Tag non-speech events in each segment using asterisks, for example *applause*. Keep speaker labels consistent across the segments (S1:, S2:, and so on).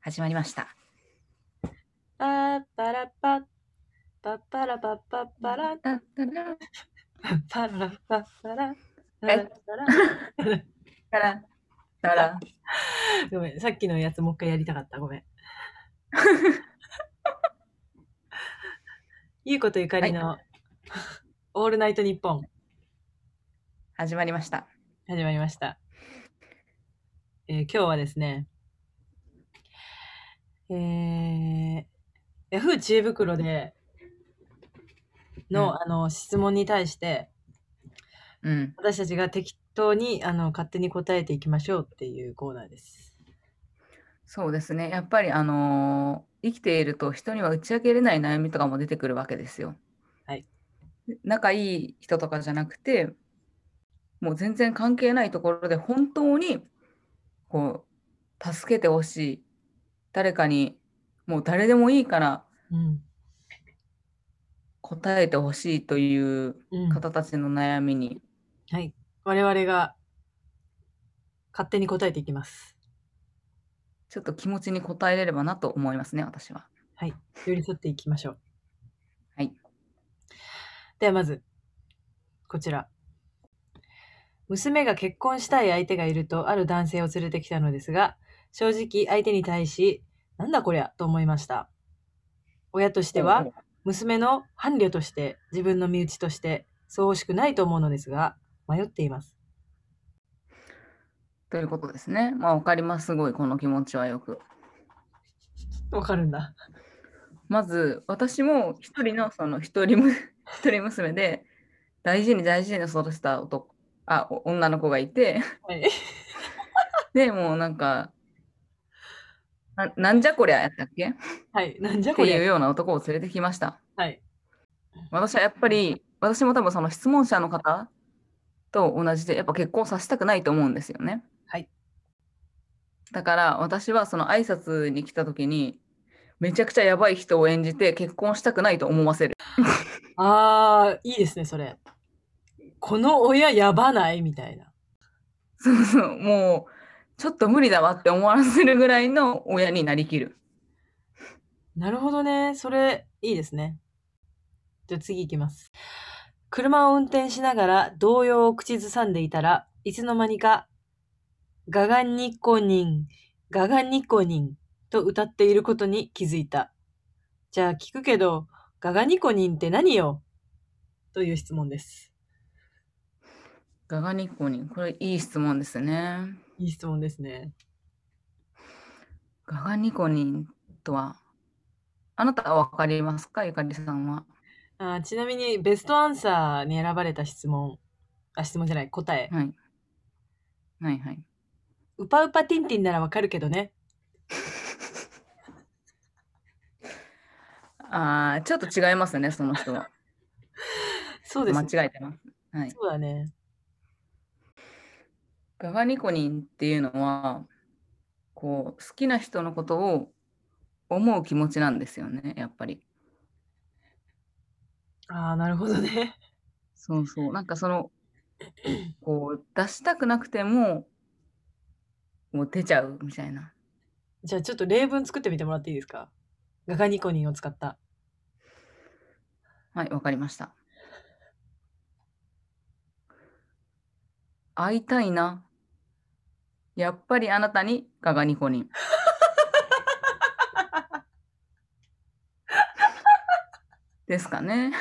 S1: 始まりました。
S2: パッパラパッパッパラパッパッパラ
S1: だったら
S2: パッパラパッパラパ
S1: え
S2: ラパ
S1: だらだら
S2: ラごめんさっきのやつもう一回やりたかったご *laughs* めんゆうことゆかりの、オールナイトニッポン
S1: 始まりました。
S2: 始まりました、えー今日はですねえー、ヤフー知恵袋での、
S1: うん
S2: あの質問に対して
S1: うん。
S2: 私たちが適当にあの勝手に答えていきましょうっていうコーナーです。
S1: そうですね。やっぱりあのー生きていると人には打ち明けれない悩みとかも出てくるわけですよ。
S2: はい。
S1: 仲いい人とかじゃなくて、もう全然関係ないところで本当にこう助けてほしい。誰かにもう誰でもいいから
S2: うん。
S1: 答えてほしいという
S2: うん、
S1: 方たちの悩みに
S2: はい。我々が勝手に答えていきます。
S1: ちょっと気持ちに応えれればなと思いますね、私は。
S2: 寄り添っていきましょう。
S1: はい。
S2: ではまず、こちら。娘が結婚したい相手がいるとある男性を連れてきたのですが、正直相手に対し、なんだこりゃと思いました。親としては、娘の伴侶として自分の身内としてそう欲しくないと思うのですが迷っています
S1: ということですね。まあ、わかります。すごい、この気持ちはよく。
S2: わかるんだ
S1: まず、私も一人の、その、一人む、 *laughs* 一人娘で、大事に大事に育てた男、あ、お女の子がいて、 *laughs*
S2: はい *laughs*
S1: で、もうなんか、ななんじゃこりゃやったっけっ
S2: はいなんじゃ
S1: て
S2: こり
S1: いう
S2: ゃ
S1: ような男を連れてきました。
S2: はい
S1: 私はやっぱり、私も多分その質問者の方と同じで、やっぱ結婚させたくないと思うんですよね。
S2: はい。
S1: だから私はその挨拶に来た時に、めちゃくちゃやばい人を演じて結婚したくないと思わせる。 *laughs*
S2: あーいいですねそれこの親やばないみたいな
S1: そうそう、もうちょっと無理だわって思わせるぐらいの親になりきる。
S2: なるほどねそれいいですねじゃあ次いきます車を運転しながら動揺を口ずさんでいたらいつの間にか「ガガンニコニンガガンニコニン」と歌っていることに気づいたじゃあ聞くけど「ガガニコニンって何よ?」という質問です
S1: ガガニッコに、これいい質問ですね。
S2: いい質問ですね
S1: ガガニコニンとは、あなたは分かりますかゆかりさんは。
S2: あーちなみにベストアンサーに選ばれた質問あ質問じゃない答え
S1: はい。はいはい。
S2: 「ウパウパティンティンならわかるけどね
S1: ああ、ちょっと違いますね、その人は。」
S2: そうです
S1: 間
S2: ね
S1: 違えてます。はい。
S2: そうだね
S1: ガガニコニンっていうのは、こう、好きな人のことを思う気持ちなんですよね、やっぱり。
S2: ああ、なるほどね。 *laughs*
S1: そうそう。なんかその、こう、出したくなくても、もう出ちゃうみたいな。
S2: じゃあちょっと例文作ってみてもらっていいですかガガニコニンを使った。
S1: はい、わかりました。会いたいな。やっぱりあなたにガガニコニン。 *laughs* ですかね。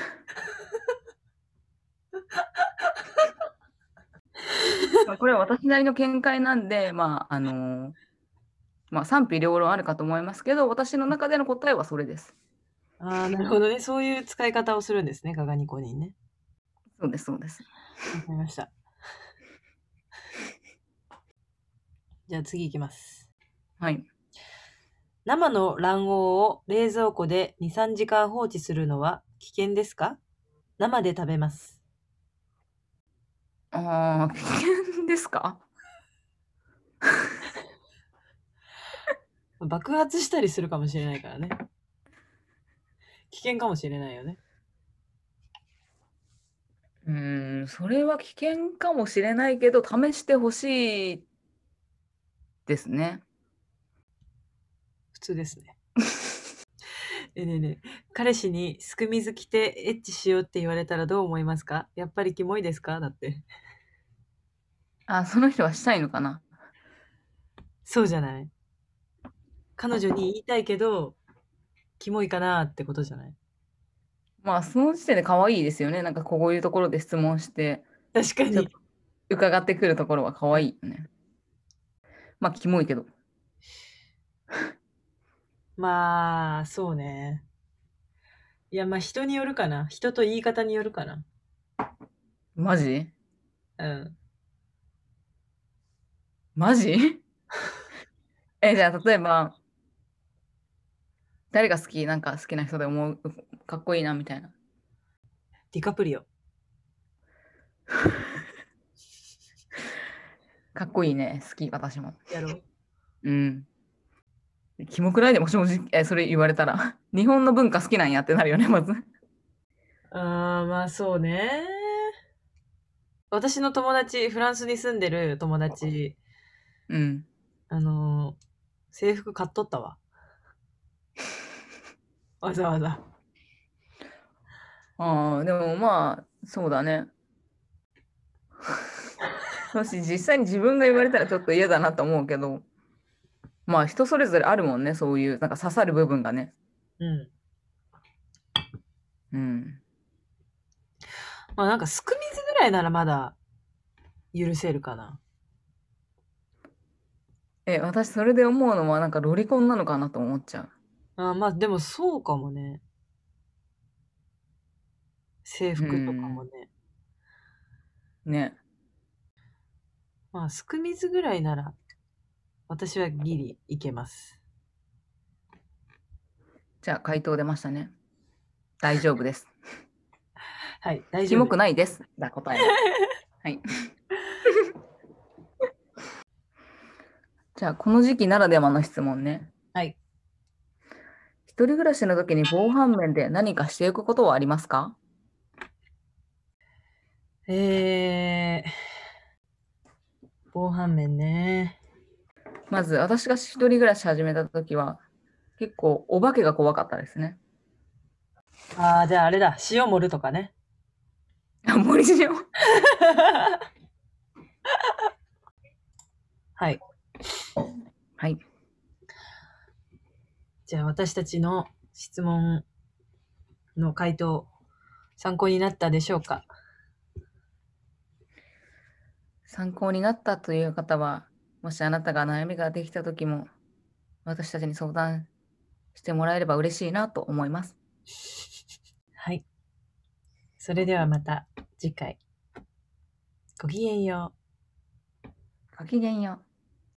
S1: まあこれは私なりの見解なんで、まああのまあ、賛否両論あるかと思いますけど、私の中での答えはそれです。
S2: ああ、なるほどね。そういう使い方をするんですね。ガガニコニンね。
S1: そうです、そうです。
S2: わかりました。 *laughs* じゃあ次いきます。
S1: はい。
S2: 生の卵黄を冷蔵庫で2、3時間放置するのは危険ですか生で食べます。
S1: ああ、危険ですか
S2: 爆発したりするかもしれないからね。危険かもしれないよね。
S1: *laughs* うーん、それは危険かもしれないけど、試してほしいですね。
S2: 2通ですね。えねえねえ彼氏にすくみず着てエッチしようって言われたらどう思いますかやっぱりキモいですかだって。
S1: あ、その人はしたいのかな
S2: そうじゃない。彼女に言いたいけど、キモいかなってことじゃない。
S1: まあ、その時点で可愛いですよね。なんかこういうところで質問して、
S2: 確か
S1: ちょっ
S2: に
S1: と。伺ってくるところは可愛いよね。まあ、キモいけど。
S2: まあ、そうね。いや、まあ人によるかな。人と言い方によるかな。
S1: マジ
S2: うん。
S1: マジ *laughs* え、じゃあ、例えば、誰が好きなんか好きな人で思う、かっこいいなみたいな。
S2: ディカプリオ。
S1: かっこいいね。好き、私も。
S2: やろう。
S1: うん。キモくないでも正直、え、それ言われたら。 *laughs* 日本の文化好きなんやってなるよね、 *laughs* まず。
S2: あー、まあそうね。私の友達、フランスに住んでる友達、
S1: うん。
S2: あのー制服買っとった
S1: *laughs*
S2: わ。わざわざ。
S1: ああ、でもまあ、そうだね。 *laughs* もし実際に自分が言われたらちょっと嫌だなと思うけど、まあ人それぞれあるもんね、そういう、なんか刺さる部分がね。
S2: うん。
S1: うん。
S2: まあなんか、すくみずぐらいならまだ許せるかな。
S1: え、私それで思うのは、なんかロリコンなのかなと思っちゃう。
S2: あーまあでもそうかもね。制服とかもね。
S1: ね。
S2: まあ、すくみずぐらいなら、私はギリいけます。
S1: じゃあ回答出ましたね。大丈夫です。
S2: はい、大
S1: キ
S2: 丈
S1: モ
S2: 夫
S1: く。ないです。だ答えは。はい。じゃあ、この時期ならではの質問ね。
S2: はい。
S1: 一人暮らしの時に防犯面で何かしていくことはありますか
S2: えー、防犯面ね。
S1: まず、私が一人暮らし始めた時は、結構お化けが怖かったですね。
S2: ああ、じゃああれだ、塩盛るとかね。
S1: あ森塩
S2: *laughs* はい。
S1: はい。
S2: じゃあ私たちの質問の回答、参考になったでしょうか
S1: 参考になったという方は、もしあなたが悩みができた時も、私たちに相談してもらえれば嬉しいなと思います。
S2: はい。それではまた次回。ごきげんよう。
S1: ごきげんよう。